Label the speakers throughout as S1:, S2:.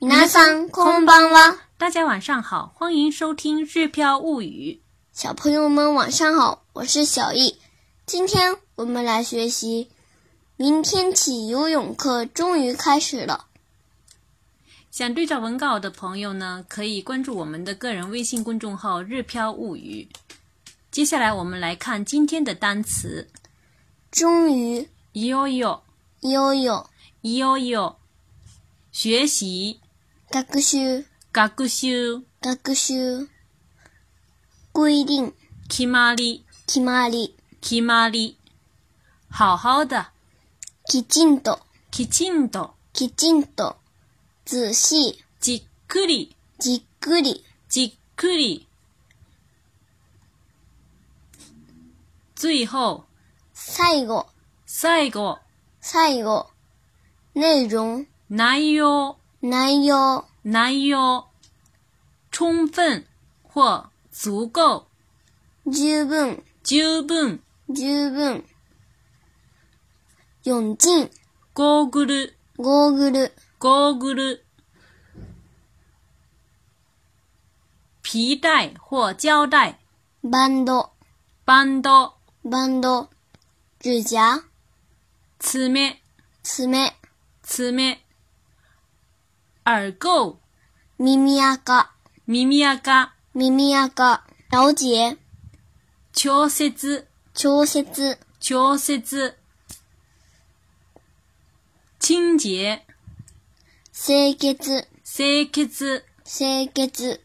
S1: 皆さんこんばんは，
S2: 大家晚上好，欢迎收听《日飘物语
S1: 小朋友们晚上好，我是小易。今天我们来学习，明天起游泳课终于开始了。》。
S2: 想对照文稿的朋友呢，可以关注我们的个人微信公众号“日飘物语”。接下来我们来看今天的单词：
S1: 终于
S2: いよいよ、
S1: 游泳
S2: いよいよ。学习、
S1: 学習
S2: 学習、
S1: 学習规定
S2: 決まり、
S1: 決まり
S2: 決まり。好好的、
S1: きちんと
S2: きちんと、
S1: きちんと仔细
S2: じっくり、
S1: じっくり
S2: じっくり。最後、
S1: 最後
S2: 最後、
S1: 最後内容
S2: 内容、
S1: 内容
S2: 内容。充分或足够、
S1: 十分
S2: 十分。
S1: 十分泳镜
S2: ゴーグル、
S1: ゴーグル
S2: ゴーグル。皮带或胶带、
S1: バンド
S2: バンド、
S1: バンド指甲
S2: 爪、
S1: 爪
S2: 爪。耳垢、
S1: 耳垢
S2: 耳垢、
S1: 耳垢了解
S2: 調節、
S1: 調節
S2: 調節。清潔、
S1: 清潔
S2: 清潔。
S1: 清潔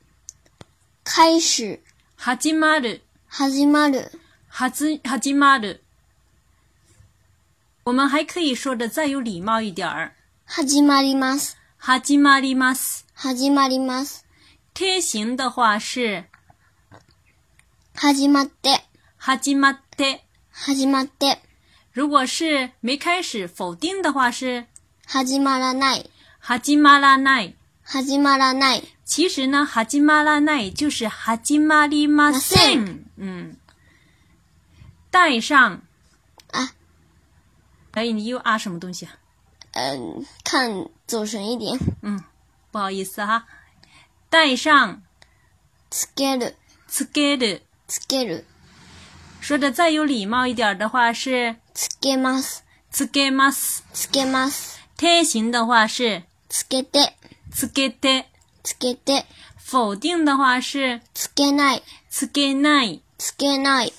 S1: 開始
S2: 始まる、
S1: 始まる
S2: はず、始まる。我们还可以说的再有礼貌一点儿。
S1: 始まります
S2: 始まります。
S1: 始まります
S2: 贴形的话是
S1: 始まって
S2: 始まって。
S1: 始まって
S2: 如果是没开始否定的话是
S1: 始まらない
S2: 始まらない。
S1: 始まらない
S2: 其实呢，始まらない就是始まりませ
S1: ませ
S2: ん。嗯，带上。
S1: 啊，
S2: 哎，你又啊什么东西啊？
S1: 嗯，看走神一点。
S2: 嗯，不好意思哈。带上
S1: つける、
S2: つける。
S1: つける、
S2: 说的再有礼貌一点的话是
S1: つけます、
S2: つけます。
S1: つけます、
S2: 贴形的话是
S1: つけて、
S2: つけて。
S1: つけて、
S2: 否定的话是
S1: つけない、
S2: つけない。
S1: つけない。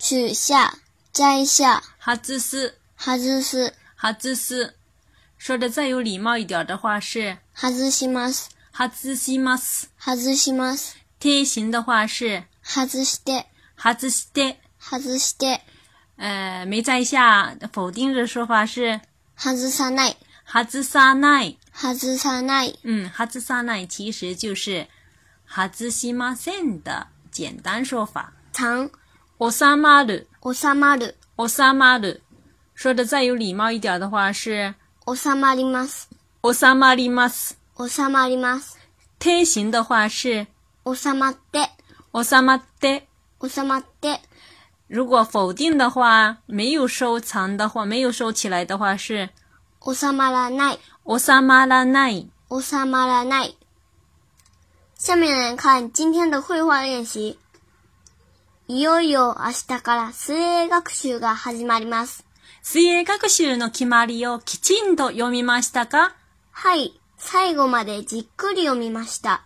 S1: 取下、摘下、
S2: 外す、
S1: 外す、
S2: 外す。说的再有礼貌一点的话是
S1: 外します、
S2: 外します。
S1: 外します、
S2: 贴形的话是
S1: 外して、
S2: 外して。
S1: 外して、
S2: 呃，没在下否定的说法是
S1: 外さない、
S2: 外さない。
S1: 外さない。
S2: 嗯，外さない其实就是外しません的简单说法。
S1: 3、
S2: 収まる、
S1: 収まる、
S2: 収まる。说的再有礼貌一点的话是
S1: 収まります、
S2: 収まります。
S1: 収まります、
S2: 贴形的话是
S1: 収まって、
S2: 収まって。
S1: 収まって、
S2: 如果否定的话，没有收藏的话，没有收起来的话是
S1: 収まらない。
S2: 収まらない。
S1: 収まらない。下面来看今天的绘画练习。いよいよ明日から水泳学習が始まります。
S2: 水泳学習の決まりをきちんと読みましたか
S1: はい、最後までじっくり読みました。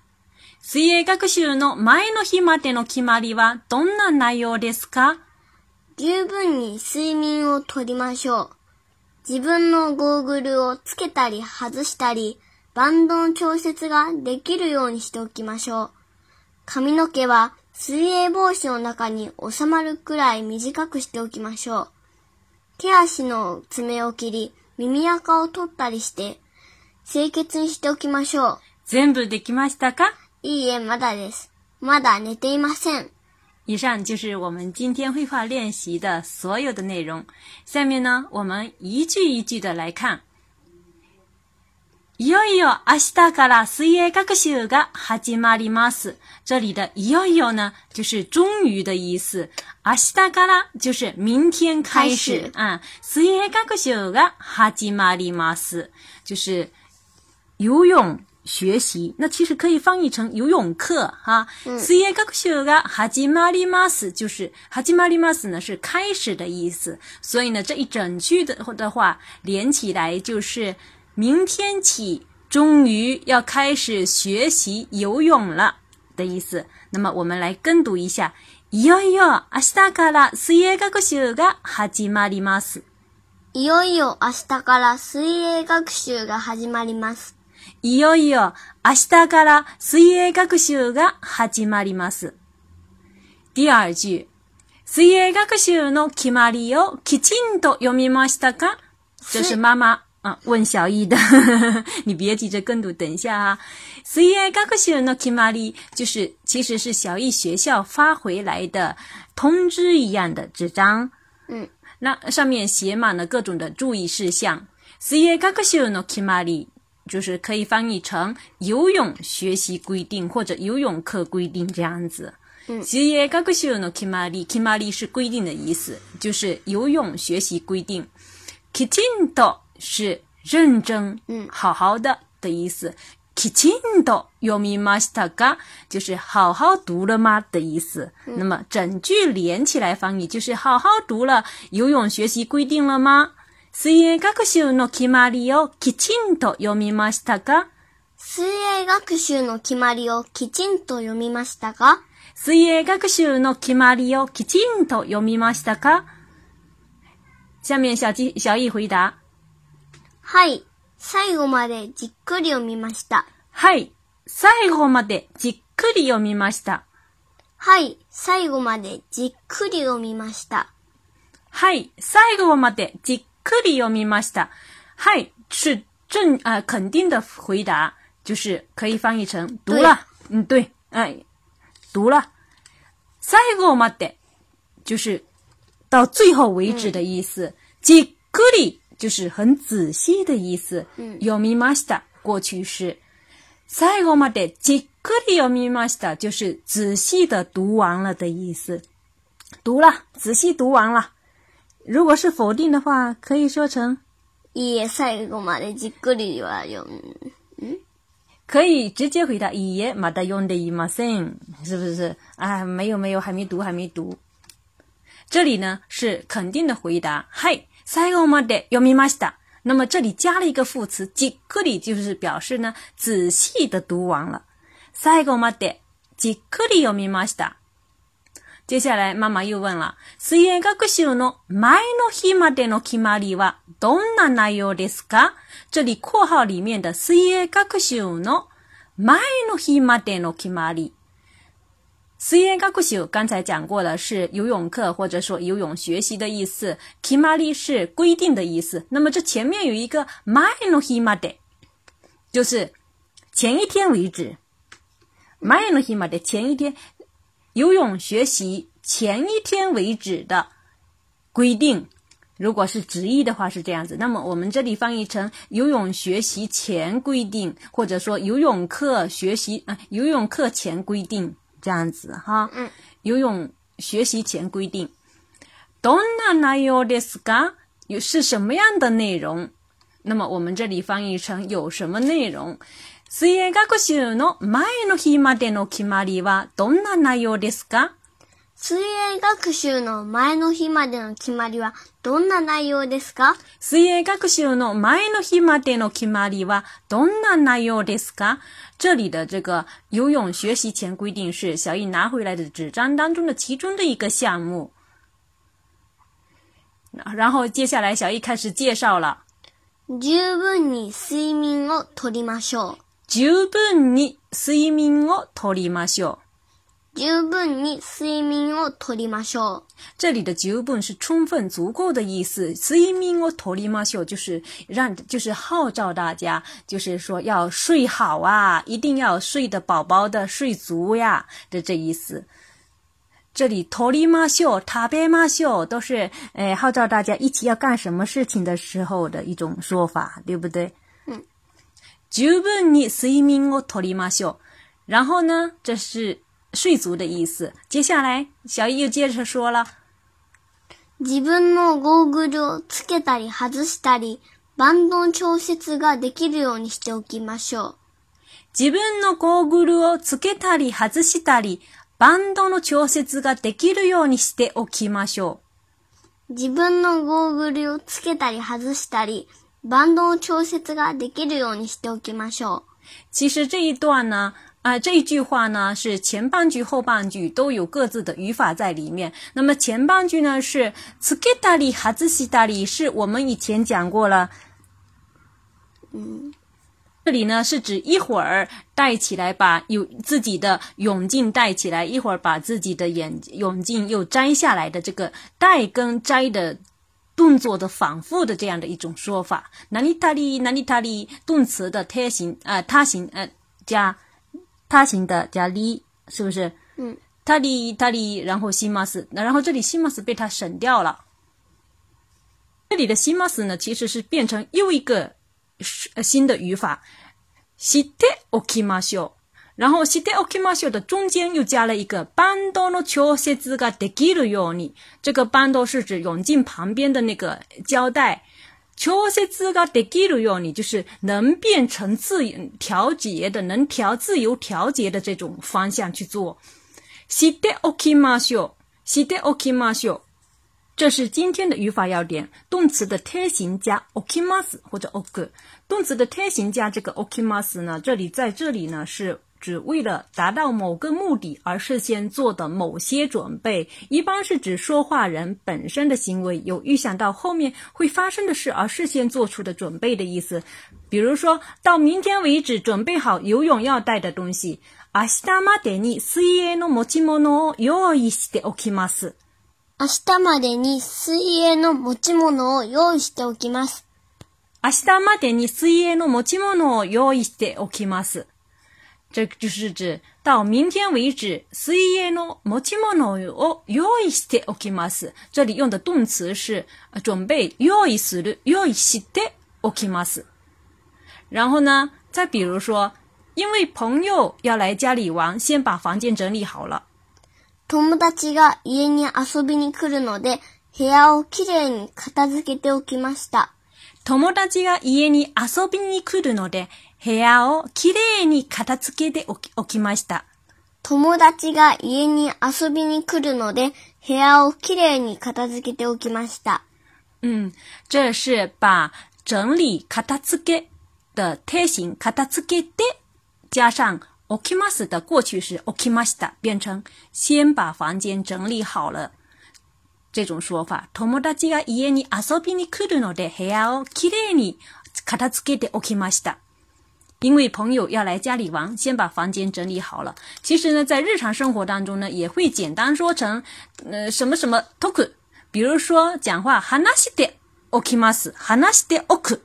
S2: 水泳学習の前の日までの決まりはどんな内容ですか
S1: 十分に睡眠をとりましょう。自分のゴーグルをつけたり外したり、バンドの調節ができるようにしておきましょう。髪の毛は水泳帽子の中に収まるくらい短くしておきましょう。手足の爪を切り、耳垢を取ったりして、清潔にしておきましょう。
S2: 全部できましたか
S1: いいえ、まだです。まだ寝ていません。
S2: 以上就是我们今天绘画练习的所有的内容。下面呢，我们一句一句的来看。いよいよ明日から水泳学習が始まります。这里的“いよいよ”呢，就是终于的意思。明日から就是明天开始
S1: 开始
S2: 啊、嗯。水泳学習が始まります，就是游泳学习，那其实可以翻译成游泳课哈。水泳学习が始まります，就是始まります呢是开始的意思，所以呢这一整句的的话连起来就是明天起终于要开始学习游泳了的意思。那么我们来跟读一下，いよいよ明日から水泳学習が始まります。
S1: いよいよ明日から水泳学習が始まります。
S2: いよいよ明日から水泳学習が始まります。第二句。水泳学習の決まりをきちんと読みましたか这是妈妈啊问小易的， 你别急着跟读，等一下啊。水泳学習の決まり就是其实是小易学校发回来的通知一样的纸张，
S1: 嗯，
S2: 那上面写满了各种的注意事项。水泳学習の決まり就是可以翻译成游泳学习规定或者游泳课规定这样子。水泳学習の決まり，決まり是规定的意思，就是游泳学习规定。きちんと是认真，
S1: 嗯
S2: 好好的的意思。きちんと読みましたか？就是好好读了吗的意思。那么整句连起来翻译就是好好读了游泳学习规定了吗？水泳学習の決まりをきちんと読みましたか？
S1: 水泳学習の決まりをきちんと読みましたが、
S2: 水泳学習の決まりをきちんと読みましたか？下面小鸡小易回答。
S1: はい、最後までじっくり読みました。
S2: はい。最後までじっくり読みました。
S1: はい、最後までじっくり読みました。
S2: はい。最後までじっくり読みました。はい。是正呃肯定的回答。就是可以翻译成读了。嗯，对。哎、读了。最後まで。就是到最后为止的意思。じっくり就是很仔细的意思。読みました过去式。最後までじっくり読みました就是仔细的读完了的意思。读了，仔细读完了。如果是否定的话，可以说成
S1: いいえ、最後までじっくりは読む。
S2: 可以直接回答“いいえ、まだ読んでいません”，是不是？啊，没有没有，还没读，还没读。这里呢是肯定的回答，はい、最後まで読みました。那么这里加了一个副词，じっくり就是表示呢仔细的读完了。最後までじっくり読みました。接下来妈妈又问了，水泳学習の前の日までの決まりはどんな内容ですか？这里括号里面的水泳学習の前の日までの決まり。水泳学習刚才讲过了，是游泳课或者说游泳学习的意思。決まり是规定的意思。那么这前面有一个前の日まで，就是前一天为止。前の日まで前一天，游泳学习前一天为止的规定。如果是直译的话是这样子，那么我们这里翻译成游泳学习前规定，或者说游泳课学习啊、游泳课前规定这样子哈。
S1: 嗯，
S2: 游泳学习前规定。どんな内容ですか？有是什么样的内容？那么我们这里翻译成有什么内容？水泳学習の前の日までの決まりはどんな内容ですか？
S1: 水泳学習の前の日までの決まりはどんな内容ですか
S2: 水泳学習の前の日までの決まりはどんな内容ですか？这里的这个游泳学习前规定是小易拿回来的纸张当中的其中的一个项目。然后接下来小易开始介绍了。
S1: 十分に睡眠をとりましょ
S2: 十分に睡眠をとりましょう。
S1: う。十分に睡眠をとりましょ
S2: 这里的十分是充分、足够的意思。睡眠をとりましょう就是让，就是号召大家，就是说要睡好啊，一定要睡得饱饱的，睡足呀的这意思。这里とりましょう、食べましょう都是，哎，号召大家一起要干什么事情的时候的一种说法，对不对？
S1: 嗯。
S2: 十分に睡眠をとりましょう。然后呢，这是睡足的意思。接下来，小易又接着说了。
S1: う。自分のゴーグルをつけたり外したり、バンドの調節ができるようにしておきましょう。
S2: 自分のゴーグルをつけたり外したり、バンドの調節ができるようにしておきましょ
S1: 自分のゴーグルをつけたり外したり、バンドの調節ができるようにしておきましょ
S2: う。其实这一段呢，啊、这一句话呢是前半句、后半句都有各自的语法在里面。那么前半句呢是つけたり外したり，是我们以前讲过了。
S1: 嗯，
S2: 这里呢是指一会儿戴起来把有自己的泳镜戴起来，一会儿把自己的眼泳镜又摘下来的这个戴跟摘的动作的反复的这样的一种说法。哪里他里哪里他里动词的他形啊、呃、他形呃加他形的加里是不是？
S1: 嗯，
S2: 他里他里，然后西马斯，那然后这里西马斯被它省掉了。这里的西马斯呢，其实是变成又一个。呃新的语法，しておきましょう。然后しておきましょう的中间又加了一个バンドの調節ができるように。这个バンド是指泳镜旁边的那个胶带。调節ができるように就是能变成自调节的，能调自由调节的这种方向去做。しておきましょう。しておきましょう。这是今天的语法要点，动词的贴形加 okimas 或者 ok，动词的贴形加这个 okimas 呢，这里在这里呢是指为了达到某个目的而事先做的某些准备，一般是指说话人本身的行为有预想到后面会发生的事而事先做出的准备的意思。比如说到明天为止准备好游泳要带的东西，啊明日までに水泳の持ち物を用意しておきます。
S1: 明日までに水泳の持ち物を用意しておきます。
S2: 明日までに水泳の持ち物を用意しておきます。这就是指到明天为止，水泳の持ち物を用意しておきます。这里用的动词是准备用意する、用意しておきます。然后呢，再比如说，因为朋友要来家里玩，先把房间整理好了。
S1: 友達が家に遊びに来るので、部屋をきれいに片付けておきました。
S2: 友達が家に遊びに来るので、部屋をきれいに片付けておきました。
S1: 友達が家に遊びに来るので、部屋をきれいに片付けておきました。
S2: 嗯，这是把整理片付け的贴形片付けて加上 okimas 的过去式 okimashita 变成先把房间整理好了这种说法。友達が家に遊びに来るので部屋をきれいに片付けておきました。因为朋友要来家里玩，先把房间整理好了。其实呢，在日常生活当中呢，也会简单说成呃什么什么 toku。比如说讲话話しておきます，話しておく，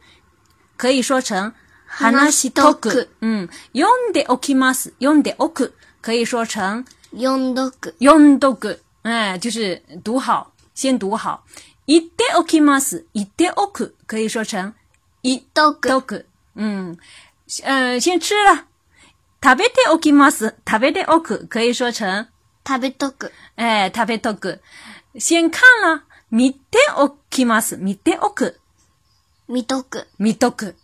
S2: 可以说成。
S1: 話しとく。
S2: うん。読ん嗯でおきます。読んでおく。可以说成。
S1: 読んどく。
S2: 読んどく。哎、嗯，就是读好，先读好。言っておきます。言っておく。可以说成。
S1: 言っとく。
S2: とく。嗯，呃，先吃了。食べておきます。食べておく。可以说成。
S1: 食べとく。
S2: 哎、嗯，食べとく。先看了。見ておきます。見ておく。
S1: 見とく。
S2: 見とく。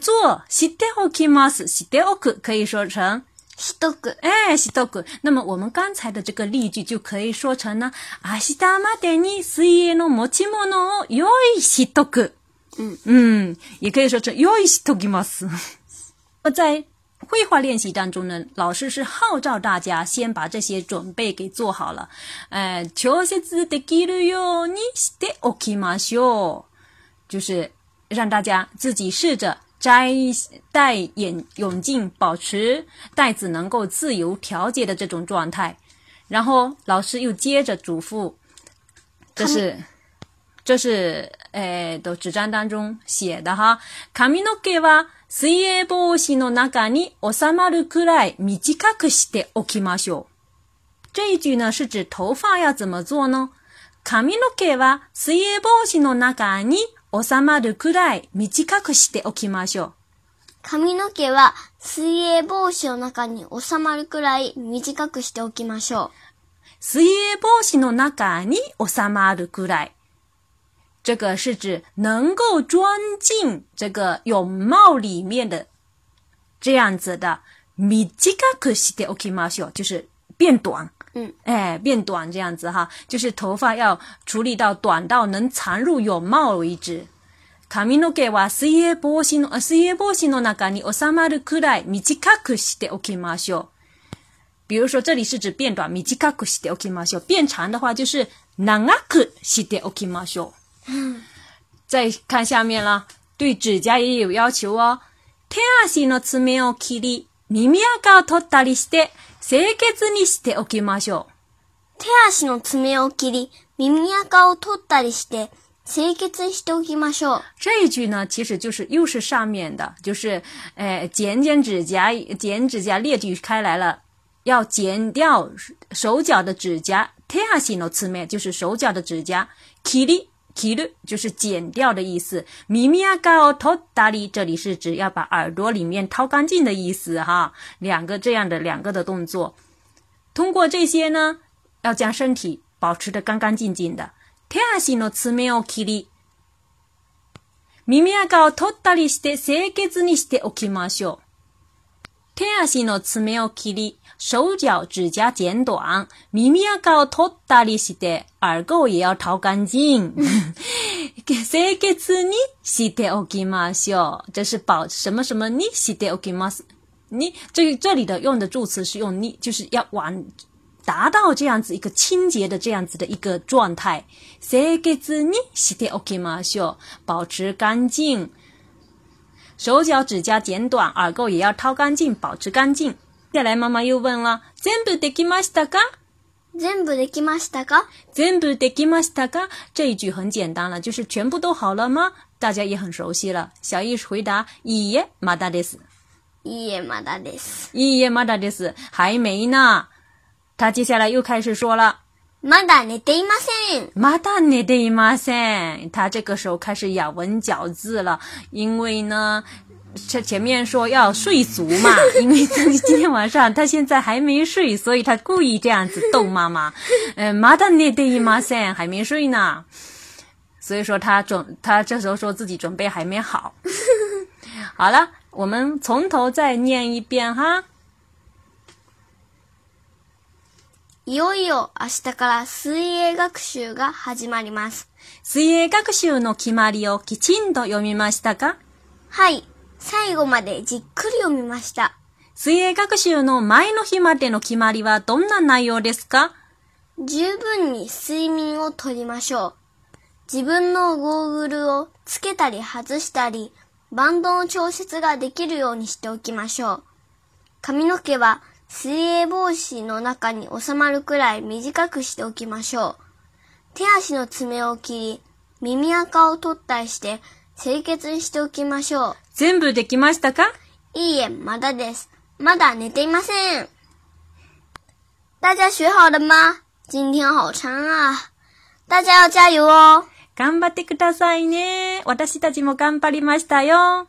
S2: 做しておきます，しておく可以说成
S1: しとく，
S2: 哎，しとく。那么我们刚才的这个例句就可以说成呢，明日までに水泳の持ち物を用意しとく。
S1: 嗯
S2: 嗯，也可以说成用意しときます。那在绘画练习当中呢，老师是号召大家先把这些准备给做好了。哎、呃，調節できるようにしておきましょう，就是。让大家自己试着摘戴眼泳镜，保持带子能够自由调节的这种状态。然后老师又接着嘱咐，这是这是呃诶的纸张当中写的哈。髪の毛は水泳帽子の中に収まるくらい短くしておきましょう。这一句呢是指头发要怎么做呢？髪の毛は水泳帽子の中に収まるくらい短くしておきましょう。
S1: 髪の毛は水泳帽子の中に収まるくらい短くしておきましょう。
S2: 水泳帽子の中に収まるくらい。这个是指能够装进这个泳帽里面的这样子的短くしておきましょう，就是变短。
S1: 嗯，
S2: 哎，变短这样子哈，就是头发要处理到短到能藏入眼帽为止。髪の毛は水泳防止の、あ水泳防止の中に収まるくらい短くしておきましょう。比如说，这里是指变短，短くしておきましょう。变长的话就是長くしておきましょう。再看下面了，对指甲也有要求哦。手足の爪を切り、耳垢を取ったりして、清潔にしておきましょう。
S1: 手足の爪を切り、耳垢を取ったりして、清潔にしておきましょう。
S2: 这一句呢，其实就是又是上面的，就是，呃，剪剪指甲，剪指甲列举开来了，要剪掉手脚的指甲。手足の爪就是手脚的指甲，切り切る就是剪掉的意思。耳垢を取ったり，这里是指要把耳朵里面掏干净的意思哈。两个这样的两个的动作，通过这些呢，要将身体保持得干干净净的。手足の爪を切り。耳垢を取ったりして清潔にしておきましょう。手足の爪を切り、手脚指甲剪短，耳垢を取ったりして、耳垢也要掏干净。清潔にしておきましょう。这是保什么什么にしておきます。你这这里的用的助词是用你，就是要往达到这样子一个清洁的这样子的一个状态。清潔にしておきましょう，保持干净。手脚指甲剪短，耳垢也要掏干净，保持干净。再来，妈妈又问了：全部できましたか？
S1: 全部できましたか
S2: 全部できましたか？这一句很简单了，就是全部都好了吗？大家也很熟悉了。小易回答：いいえ、まだです。
S1: いいえ、まだです。
S2: いいえ、まだです。还没呢。他接下来又开始说了。
S1: まだ寝ていません。
S2: まだ寝ていません。他这个时候开始咬文嚼字了，因为呢，这前面说要睡足嘛，因为他今天晚上他现在还没睡，所以他故意这样子逗妈妈。嗯、まだ寝ていません，还没睡呢。所以说他准，他这时候说自己准备还没好。好了，我们从头再念一遍哈。
S1: いよいよ明日から水泳学習が始まります。
S2: 水泳学習の決まりをきちんと読みましたか
S1: はい。最後までじっくり読みました。
S2: 水泳学習の前の日までの決まりはどんな内容ですか
S1: 十分に睡眠をとりましょう。自分のゴーグルをつけたり外したり、バンドの調節ができるようにしておきましょう。髪の毛は水泳帽子の中に収まるくらい短くしておきましょう。手足の爪を切り、耳垢を取ったりして清潔にしておきましょう。
S2: 全部できましたか
S1: いいえ、まだです。まだ寝ていません。大家学好了吗？今天好长啊！大家要加油哦！
S2: 頑張ってくださいね。私たちも頑張りましたよ。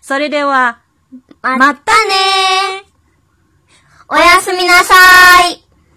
S2: それでは、
S1: ま
S2: また
S1: たねおやすみなさい